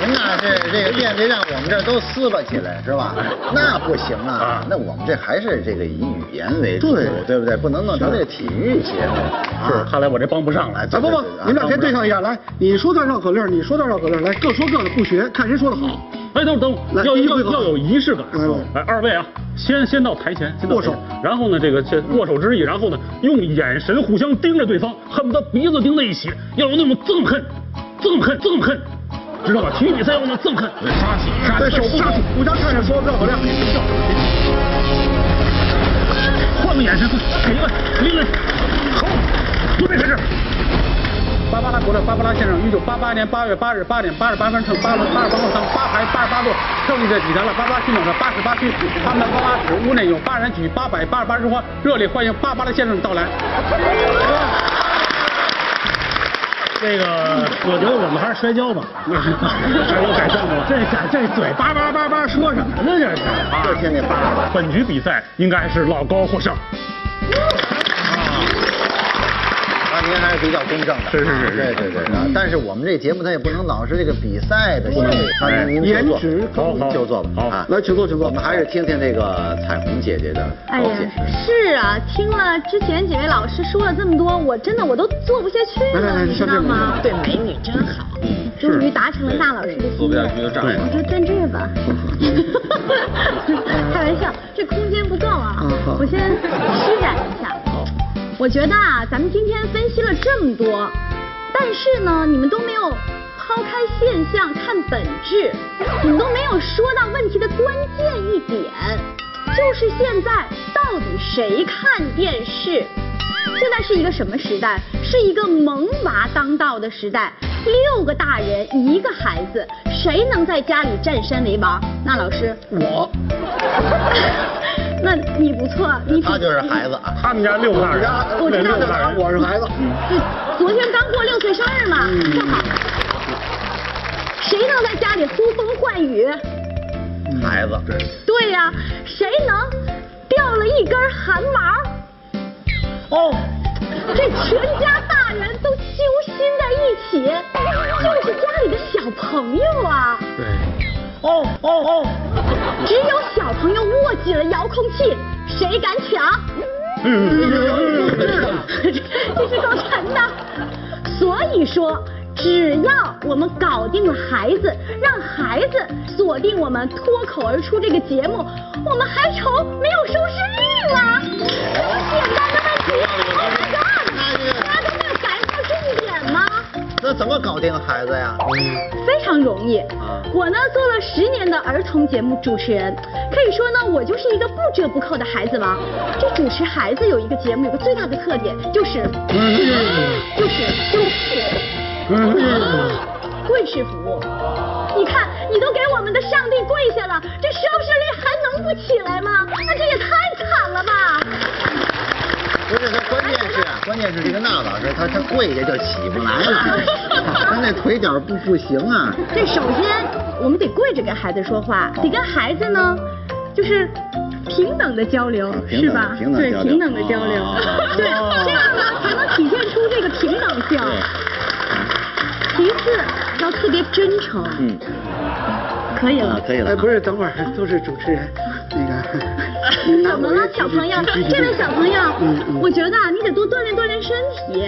Speaker 4: 您呐，这这个练得让我们这儿都撕巴起来是吧？那不行啊！那我们这还是这个以语言为主，
Speaker 13: 对
Speaker 4: 对不对？不能弄成这体育节目
Speaker 10: 是，
Speaker 4: 啊！
Speaker 10: 看来我这帮不上来，
Speaker 13: 哎，不不，你们俩
Speaker 10: 啊
Speaker 13: 先对上一下，来，你说段绕口令，你说段绕口令，来，各说各的，不学，看谁说的好。
Speaker 10: 哎，等会儿等会
Speaker 13: 来
Speaker 10: 儿，要一
Speaker 13: 一
Speaker 10: 个
Speaker 13: 个一个
Speaker 10: 要有仪式感
Speaker 13: 来来。
Speaker 10: 哎，二位啊，先先到台前，先到
Speaker 13: 握手
Speaker 10: 台前，然后呢，这个这握手之意，然后呢，用眼神互相盯着对方，恨不得鼻子盯在一起，要有那种憎恨，憎恨，憎恨，知道吧？体育比赛要有那种憎恨，杀气，杀
Speaker 13: 对
Speaker 10: 气，
Speaker 13: 手不
Speaker 10: 杀气，
Speaker 13: 互相看着说绕口令。
Speaker 10: 换个眼神，给一个，一个，好，准备开始。
Speaker 13: 芭芭拉国的芭芭拉先生，一九八八年八月八日八点八十八分乘八轮八十八号仓八排八十八座胜利的抵达了芭芭拉区总的八十八区。他们的芭芭拉屋内有八人举八百八十八枝花，热烈欢迎芭芭拉先生的到来。
Speaker 3: 那个，我觉得我们还是摔跤 吧，
Speaker 10: 还有改善的吗
Speaker 3: 这改这嘴叭叭叭叭说什么呢？啊这是。
Speaker 4: 就听那叭叭。
Speaker 10: 本局比赛应该是老高获胜。
Speaker 4: 啊，您还是比较公正的。
Speaker 10: 是是是是
Speaker 4: 对对对。啊但是我们这节目它也不能老是这个比赛的性质，啊
Speaker 10: 哎
Speaker 4: 您您就坐
Speaker 13: 颜值
Speaker 10: 高
Speaker 4: 您就坐吧。
Speaker 10: 好
Speaker 4: 啊，
Speaker 13: 来请坐请坐
Speaker 4: 我们还是听听这个彩虹姐姐的
Speaker 5: 哎
Speaker 4: 高
Speaker 5: 呀
Speaker 4: 解，
Speaker 5: 是啊，听了之前几位老师说了这么多，我真的我都做不下去
Speaker 13: 来来
Speaker 5: 了，
Speaker 13: 来
Speaker 5: 你知
Speaker 13: 像这
Speaker 5: 道
Speaker 13: 种
Speaker 5: 吗？
Speaker 9: 对美女真好，
Speaker 5: 终于达成了大老师的心愿，我就站这 儿吧。
Speaker 13: 嗯
Speaker 5: 开玩笑，这空间不够啊
Speaker 13: 嗯好，
Speaker 5: 我先施展一下。我觉得啊，咱们今天分析了这么多，但是呢，你们都没有抛开现象看本质，你们都没有说到问题的关键一点，就是现在到底谁看电视？现在是一个什么时代？是一个萌娃当道的时代，六个大人一个孩子，谁能在家里占山为王？那老师，
Speaker 13: 我
Speaker 5: 那你不错，你
Speaker 4: 他就是孩子啊，
Speaker 10: 他们家六个大人
Speaker 5: 我知道
Speaker 4: 六个大人我是孩子。
Speaker 5: 昨天刚过六岁生日嘛，正好。谁能在家里呼风唤雨？
Speaker 10: 嗯
Speaker 4: 孩子，对，
Speaker 5: 对呀、谁能掉了一根汗毛？哦，这全家大人都揪心在一起，就是家里的小朋友啊。
Speaker 10: 对，
Speaker 5: 哦哦哦，只有小朋友握紧了遥控器，谁敢抢？这是够沉的。所以说，只要我们搞定了孩子，让孩子锁定我们脱口而出这个节目，我们还愁没有收视率吗？这么简单的问题，Oh 大家都没有感受重点吗？
Speaker 4: 那怎么搞定孩子呀？
Speaker 5: 非常容易。我呢做了十年的儿童节目主持人，可以说呢我就是一个不折不扣的孩子王。这主持孩子有一个节目有个最大的特点就是，就是就是跪式服务。你看，你都给我们的上帝跪下了，这收视率还能不起来吗？那这也太惨了吧！
Speaker 4: 不是，他关键是啊关键是这个娜老师，他他跪下就起不来 了，他那腿脚不不行啊。
Speaker 5: 这首先我们得跪着跟孩子说话，
Speaker 4: 哦
Speaker 5: 得跟孩子呢，就是平等的交流，
Speaker 4: 啊平
Speaker 5: 是
Speaker 4: 等的
Speaker 5: 吧？
Speaker 4: 平等的
Speaker 5: 对，
Speaker 4: 交流哦
Speaker 5: 平等的交流， 对，这样呢才能体现出这个平等性。其次要特别真诚，
Speaker 4: 嗯，
Speaker 5: 可以了。
Speaker 4: 啊可以了
Speaker 10: 啊
Speaker 13: 哎，不是，等会儿都是主持人，那 个你拿
Speaker 5: 怎么
Speaker 13: 我这
Speaker 5: 了，小朋友？这位小朋友，我觉得啊你得多锻炼锻炼身体，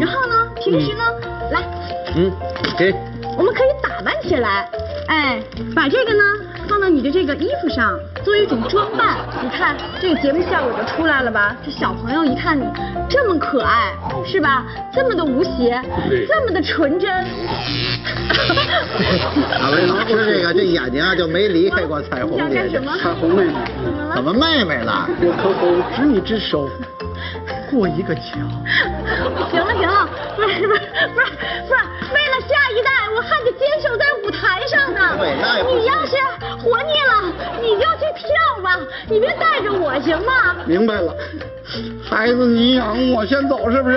Speaker 5: 然后呢，平时呢，来，
Speaker 4: 嗯，给
Speaker 5: 我们可以打扮起来，哎，把这个呢放到你的这个衣服上，作为一种装扮。你看这个节目效果就出来了吧？这小朋友一看你这么可爱，是吧？这么的无邪
Speaker 4: 对，
Speaker 5: 这么的纯真，
Speaker 4: 啊，维龙吃这个，这眼睛啊就没离开过彩虹
Speaker 5: 你
Speaker 4: 姐
Speaker 5: 想干
Speaker 4: 姐
Speaker 5: 什么。
Speaker 13: 彩虹妹妹，
Speaker 4: 怎么妹妹了？
Speaker 13: 我可否执你之手，过一个桥？
Speaker 5: 行了行了，不是不是不是不是，为了下一代，我还得坚守在舞台上呢。
Speaker 4: 对那也不行
Speaker 5: 你要是活腻了，你就去跳吧，你别带着我行吗？
Speaker 13: 明白了，孩子你养我先走是不 是？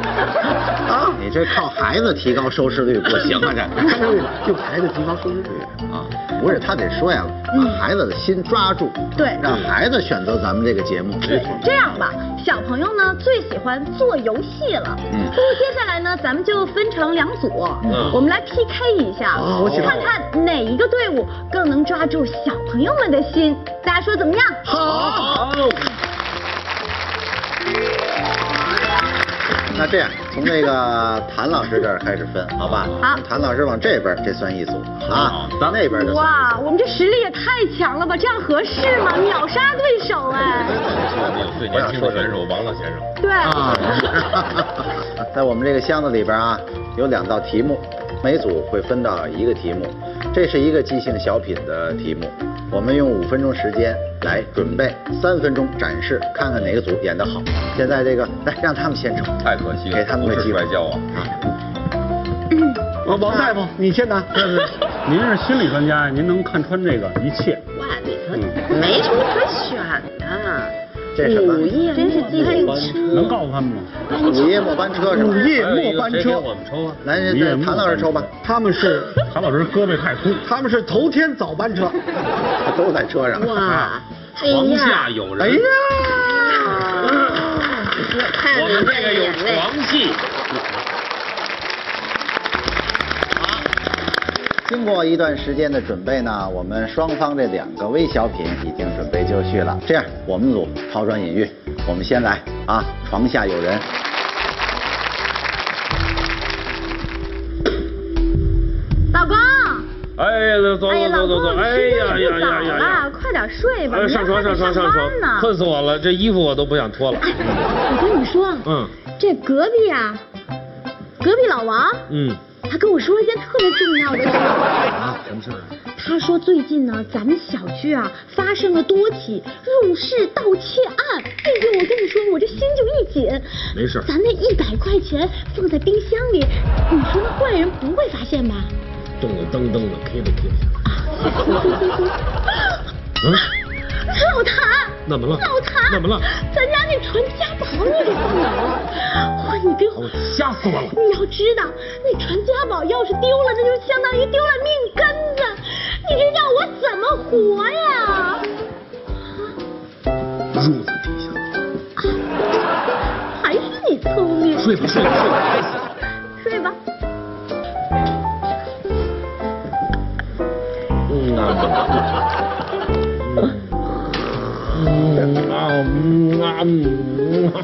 Speaker 13: 啊，
Speaker 4: 你这靠孩子提高收视率不行 啊，这。
Speaker 13: 就孩子提高收视率。
Speaker 4: 啊，不是，他得说呀，把孩子的心抓住，
Speaker 5: 嗯对
Speaker 4: 让孩子选择咱们这个节目。没错
Speaker 5: 这样吧，小朋友呢最喜欢做游戏了，
Speaker 4: 嗯
Speaker 5: 所以接下来呢，咱们就分成两组，
Speaker 4: 嗯
Speaker 5: 我们来 PK 一下，
Speaker 4: 哦我喜欢
Speaker 5: 看看哪一个队伍更能抓住小朋友们的心，大家说怎么样？
Speaker 13: 哦
Speaker 4: 好。
Speaker 10: 哦
Speaker 4: 那这样，从那个谭老师这儿开始分，好吧？
Speaker 5: 好
Speaker 4: 谭老师往这边，这算一组啊，咱那边就算
Speaker 5: 哇，我们这实力也太强了吧，这样合适吗？秒杀对手哎！
Speaker 2: 最年轻的选手王老先生。
Speaker 5: 对，
Speaker 4: 啊。 在我们这个箱子里边啊，有两道题目，每组会分到一个题目。这是一个即兴小品的题目，我们用五分钟时间来准备，三分钟展示，看看哪个组演得好。现在这个，来让他们先抽，
Speaker 2: 太可惜了，
Speaker 4: 给他们个
Speaker 2: 不是
Speaker 4: 机会
Speaker 2: 摔。跤啊！
Speaker 13: 啊，王大夫，你先拿。
Speaker 10: 您是心理专家呀，您能看穿这个一切。
Speaker 9: 哇，里头没什么可选的。
Speaker 10: 这是什么
Speaker 9: 午夜
Speaker 10: 真是记
Speaker 9: 末班车，
Speaker 10: 能告 诉他们吗？
Speaker 4: 午夜末班车是吧？
Speaker 13: 午夜末班车，
Speaker 2: 们抽啊
Speaker 4: 来，来谭老师抽吧，
Speaker 13: 他们是
Speaker 10: 韩老师胳膊太粗，
Speaker 13: 他们是头天早班车。
Speaker 4: 都在车上。
Speaker 9: 哇，哎
Speaker 2: 床
Speaker 9: 呀
Speaker 2: 下，有人。
Speaker 13: 哎呀，
Speaker 9: 我看
Speaker 2: 我
Speaker 9: 了
Speaker 2: 们
Speaker 9: 一
Speaker 2: 这个
Speaker 9: 个
Speaker 2: 有
Speaker 9: 眼泪。
Speaker 2: 床戏，
Speaker 4: 经过一段时间的准备呢，我们双方这两个微小品已经准备就绪了。这样，我们组抛砖引玉，我们先来啊，床下有人。
Speaker 5: 老公，
Speaker 2: 哎呀，走走
Speaker 5: 哎呀，老
Speaker 2: 走走，
Speaker 5: 公
Speaker 2: 走，
Speaker 5: 你
Speaker 2: 哎
Speaker 5: 时间
Speaker 2: 呀
Speaker 5: 也
Speaker 2: 呀
Speaker 5: 不早
Speaker 2: 呀呀呀
Speaker 5: 了，！快点睡吧，
Speaker 2: 哎
Speaker 5: 明
Speaker 2: 上
Speaker 5: 儿
Speaker 2: 床
Speaker 5: 还
Speaker 2: 上
Speaker 5: 得
Speaker 2: 床上
Speaker 5: 班
Speaker 2: 床，
Speaker 5: 呢。啊
Speaker 2: 困死我了，这衣服我都不想脱了。
Speaker 5: 我跟你说，
Speaker 2: 嗯
Speaker 5: 这隔壁啊，隔壁老王，
Speaker 2: 嗯，
Speaker 5: 他跟我说一件特别重要的事儿。
Speaker 4: 啊，什么事儿？
Speaker 5: 他说最近呢，咱们小区啊发生了多起入室盗窃案。哎呦，我跟你说，我这心就一紧。
Speaker 2: 没事儿
Speaker 5: 咱那一百块钱放在冰箱里，你说那坏人不会发现吧？
Speaker 2: 冻得噔噔
Speaker 10: 嗯
Speaker 2: 的，噼里噼里。
Speaker 10: 啊
Speaker 5: 老谭，
Speaker 15: 怎么了？
Speaker 5: 老谭，
Speaker 15: 怎么了？
Speaker 5: 咱家那船家宝你给放哪儿了？哇，你给我
Speaker 15: 吓死我了！
Speaker 5: 你要知道，那传家宝要是丢了，那就相当于丢了命根子，你这让我怎么活呀？
Speaker 15: 褥子底下。
Speaker 5: 啊还是你聪明。
Speaker 15: 睡吧睡吧睡吧。
Speaker 5: 睡 吧。哎
Speaker 10: 嗯啊，嗯啊，嗯啊，嗯啊。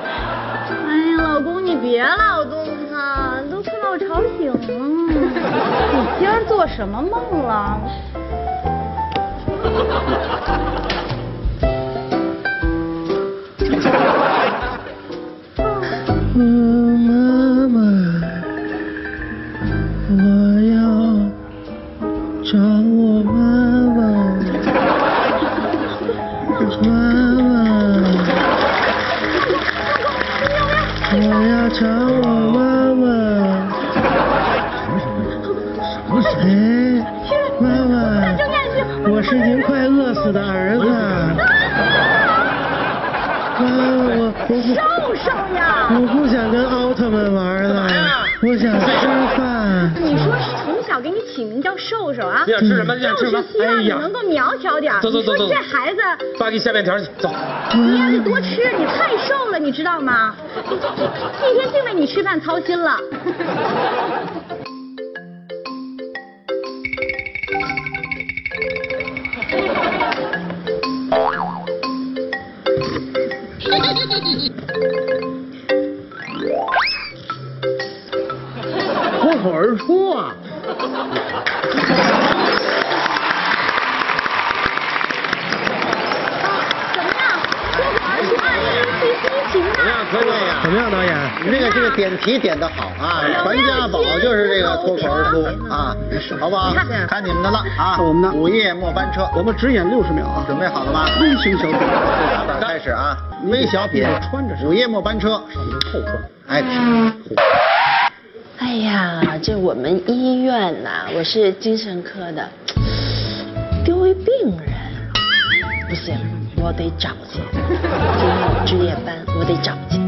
Speaker 5: 哎呀，老公，你别劳动啊，都快把我吵醒 了。你今儿做什么梦了？
Speaker 16: 妈妈，我要找我妈妈。妈妈，我要找我妈妈。哎，妈妈，我是您快饿死的儿子。妈妈，我 我
Speaker 5: 瘦瘦呀！
Speaker 16: 不我不想跟奥特曼玩了，我想吃饭。
Speaker 5: 你说是从小给你起名叫瘦瘦啊？
Speaker 10: 你哎想吃什么你想吃什么
Speaker 5: 就是希望
Speaker 10: 哎
Speaker 5: 你
Speaker 10: 呀
Speaker 5: 能够苗条点儿。
Speaker 10: 走走走
Speaker 5: 你
Speaker 10: 走
Speaker 5: 说这孩子，
Speaker 10: 爸给你下面条去，走。
Speaker 5: 你要是多吃，你太瘦了，你知道吗？你这这这天净为你吃饭操心了。
Speaker 3: 脱口而出啊！
Speaker 4: 怎么样，科长？
Speaker 16: 怎么样，导演？
Speaker 4: 你这个这个点题点的好啊，传家宝就是这个脱口而出啊，好不好？看你们的了啊，
Speaker 3: 我们的
Speaker 4: 午夜末班车，
Speaker 3: 我们只演六十秒啊！
Speaker 4: 准备好了吗？
Speaker 3: 微型小品，
Speaker 4: 开始啊，微小品，
Speaker 3: 穿着
Speaker 4: 午夜末班车，
Speaker 3: 后穿。
Speaker 4: 哎，
Speaker 9: 哎呀，这我们医院呐、我是精神科的，丢一病人，不行，我得找去。今天有值夜班，我得找去。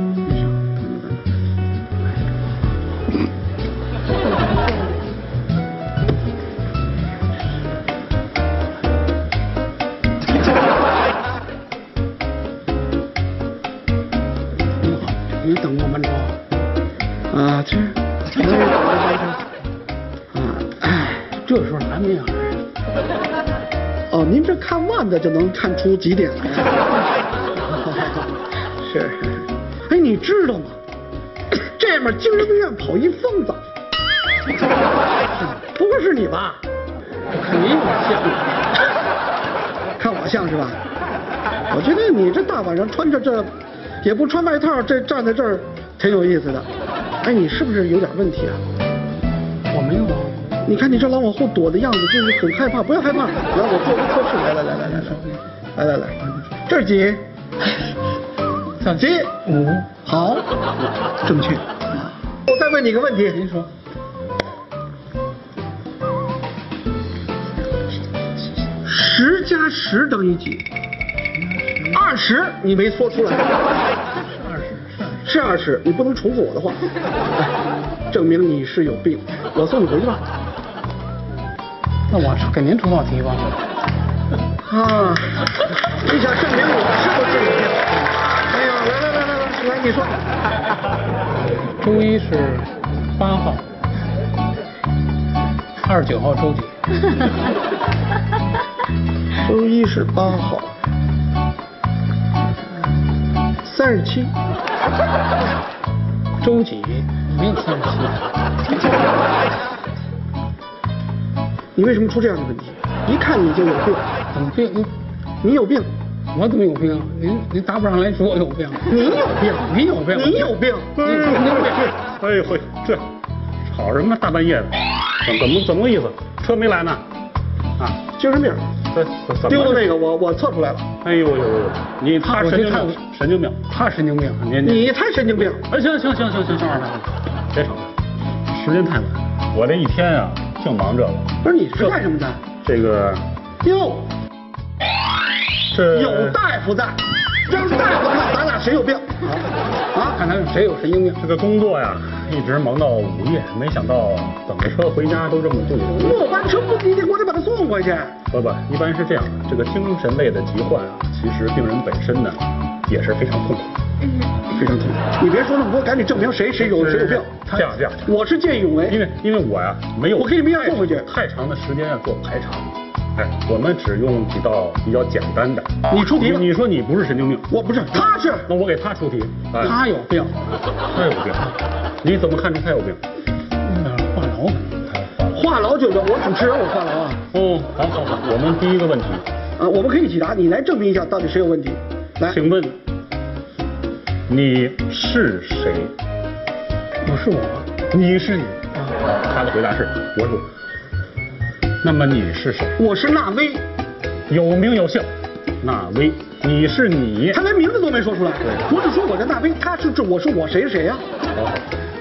Speaker 3: 你等我班车啊？啊，这我也等过班车啊。哎，这时候难免有人。哦，您这看腕子就能看出几点来 呀、是是。哎，你知道吗？这面精神病院跑一疯子，不会是你吧？看你有点像，看我像是吧？我觉得你这大晚上穿着这，也不穿外套，这站在这儿挺有意思的。哎，你是不是有点问题啊？我没有啊。你看你这老往后躲的样子，就是很害怕。不要害怕，来，我做个测试，来来来来来来来来来，这儿几？小鸡。五。好，正确。我再问你个问题。您说。十加十等于几？二十，你没说出来。二十是二十，你不能重复我的话，哎证明你是有病。我送你回去吧。那我给您出道题吧。啊，你想证明我是不是有病？哎呀，来来来来来，来你说。
Speaker 6: 周一是八号，二十九号周几？
Speaker 3: 周一是八号，三十七，
Speaker 6: 周几？没有三十七。
Speaker 3: 你为什么出这样的问题？一看你就有病。
Speaker 6: 有病？你
Speaker 3: 你有病？
Speaker 6: 我怎么有病啊？您您答不上来，说我有病。
Speaker 3: 你有病？
Speaker 6: 你有病？
Speaker 3: 你有病
Speaker 5: 嗯
Speaker 6: 你有病？
Speaker 10: 嗯
Speaker 6: 哎呦嘿，这吵什么大半夜的？怎怎么怎么个意思？车没来呢？啊，
Speaker 3: 精神病。
Speaker 6: 这这怎么
Speaker 3: 丢了那个我我测出来了，
Speaker 6: 哎呦呦呦，你他神经
Speaker 3: 我
Speaker 6: 病
Speaker 3: 去，
Speaker 6: 神经病，他神经病，你
Speaker 3: 你才神经病。
Speaker 6: 哎，行行行行行行，行别吵了，时间太晚，我这一天啊，
Speaker 10: 净忙这个。
Speaker 3: 不是你是干什么的？
Speaker 10: 这个
Speaker 3: 哟，
Speaker 10: 这
Speaker 3: 有大夫在，让大夫看咱俩谁有病啊？看咱谁有神经病。
Speaker 10: 这个工作呀，一直忙到午夜，没想到等着车回家都这么度过。
Speaker 3: 末班车不，你得给我得把他送回去。
Speaker 10: 不不，一般是这样，这个精神类的疾患啊，其实病人本身呢也是非常痛苦的。
Speaker 3: 非常痛苦。你别说那么多，赶紧证明谁谁有谁有病。
Speaker 10: 这样这样，
Speaker 3: 我是见义勇为，
Speaker 10: 因为因为我呀没有，
Speaker 3: 我给你们俩送回去。
Speaker 10: 太长的时间要做排查，哎，我们只用几道比较简单的。
Speaker 3: 你出题吧
Speaker 10: 你你说你不是神经病，
Speaker 3: 我不是，他是，
Speaker 10: 那我给他出题，哎
Speaker 3: 他有病，
Speaker 10: 他有病，你怎么看出他有病？
Speaker 3: 话痨，话痨就有，我主持人我话痨啊。
Speaker 10: 嗯，好好好，我们第一个问题，
Speaker 3: 啊，我们可以一起答，你来证明一下到底谁有问题。来，
Speaker 10: 请问你是谁？
Speaker 3: 我是我，
Speaker 10: 你是你啊？他的回答是我是我。那么你是谁？
Speaker 3: 我是纳威，
Speaker 10: 有名有姓，纳威。你是你。
Speaker 3: 他连名字都没说出来，我只说我是纳威，他是这我是我谁是谁啊呀、
Speaker 10: 好好，哦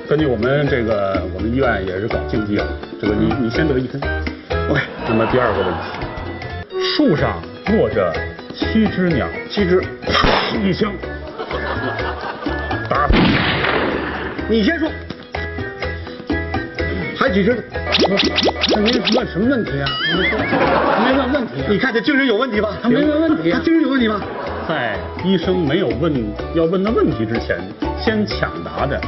Speaker 10: 根据我们这个我们医院也是搞竞技啊，这个你你先得一分。
Speaker 3: 嗯 OK，
Speaker 10: 那么第二个问题，树上落着七只鸟，
Speaker 3: 七只，
Speaker 10: 一 枪打死。
Speaker 3: 你先说，还几只呢？
Speaker 13: 那您问什么问题啊？没问问题啊、
Speaker 3: 你看这精神有问题吧？
Speaker 13: 他没问问题啊
Speaker 3: 他精神有问题吧？
Speaker 10: 在医生没有问要问的问题之前，先抢答的，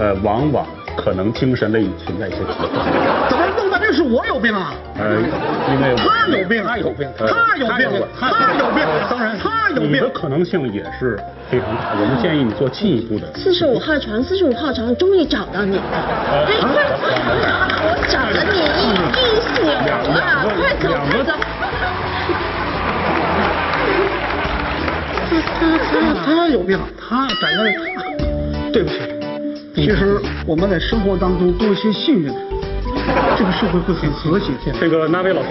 Speaker 10: 呃，往往可能精神类存在一些疾患。
Speaker 3: 怎么弄半天是我有病啊？
Speaker 10: 呃，因为我
Speaker 3: 他有病，啊
Speaker 10: 他有病，
Speaker 3: 他有病，他有病，
Speaker 10: 当然，
Speaker 3: 他有
Speaker 10: 你的
Speaker 3: 病。
Speaker 10: 可能性也是非常大。我们建议你做进一步的。
Speaker 9: 四十五号床，四十五号床，终于找到你了！哎，快，我找了你一一宿啊！快走，快走！
Speaker 3: 他他有病，他在那儿。啊对不起，其实我们在生活当中多一些信任，这个社会会很和谐。哎
Speaker 10: 这个那位老师，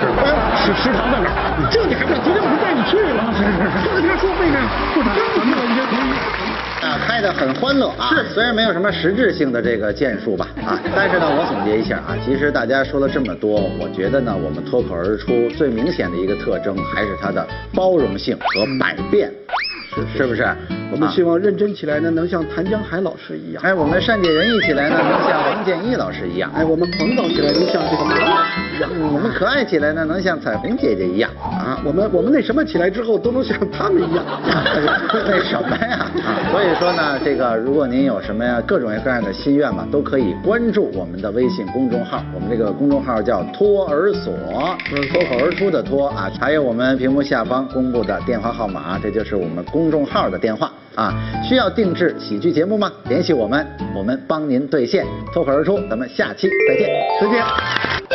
Speaker 10: 食食堂在哪儿？
Speaker 3: 这你还不知道？今天我不带你去 了吗？是是是，这天说为啥？不打，咱们有些同意。
Speaker 4: 啊，开的很欢乐啊，虽然没有什么实质性的这个建树吧， 啊，但是呢，我总结一下啊，其实大家说了这么多，我觉得呢，我们脱口而出最明显的一个特征还是它的包容性和百变，嗯是不是？
Speaker 13: 我们
Speaker 4: 啊
Speaker 13: 希望认真起来呢，能像谭江海老师一样。
Speaker 4: 哎，我们善解人意起来呢，能像王建一老师一样；哎，我们
Speaker 13: 捧逗起来能像这个
Speaker 4: 嗯我们可爱起来呢，能像彩虹姐姐一样啊。
Speaker 13: 我们我们那什么起来之后，都能像他们一样。
Speaker 4: 那什么呀？所以说呢，这个如果您有什么呀各种各样的心愿嘛，都可以关注我们的微信公众号，我们这个公众号叫“托儿所”，脱口而出的脱啊，还有我们屏幕下方公布的电话号码，这就是我们公众号的电话啊。需要定制喜剧节目吗？联系我们，我们帮您兑现。脱口而出，咱们下期再见，再见。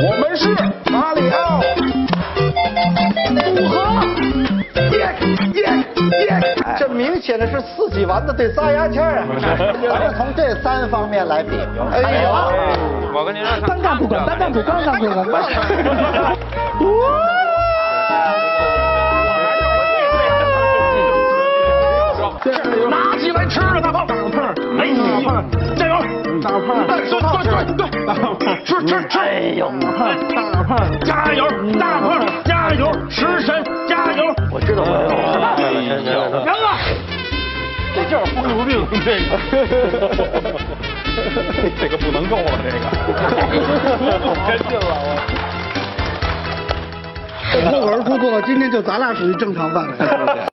Speaker 7: 我们是马里奥组合，
Speaker 8: 耶耶耶！这明显的是自己玩的得撒牙签 儿啊！
Speaker 4: 咱们从这三方面来比，
Speaker 8: 哎呦，我跟您说，单干不管，单干不管，单干不管，
Speaker 7: 拿起来吃了大胖，大胖，哎呀，加油，大胖，对对对对，吃吃吃，哎呦，大胖，加油，大胖，加油，食神，加油，我知道我有，赢了，这就是疯牛病，这个，这个不能够了，这个，真劲了我。
Speaker 13: 脱口而出做到今天，就咱俩属于正常范围。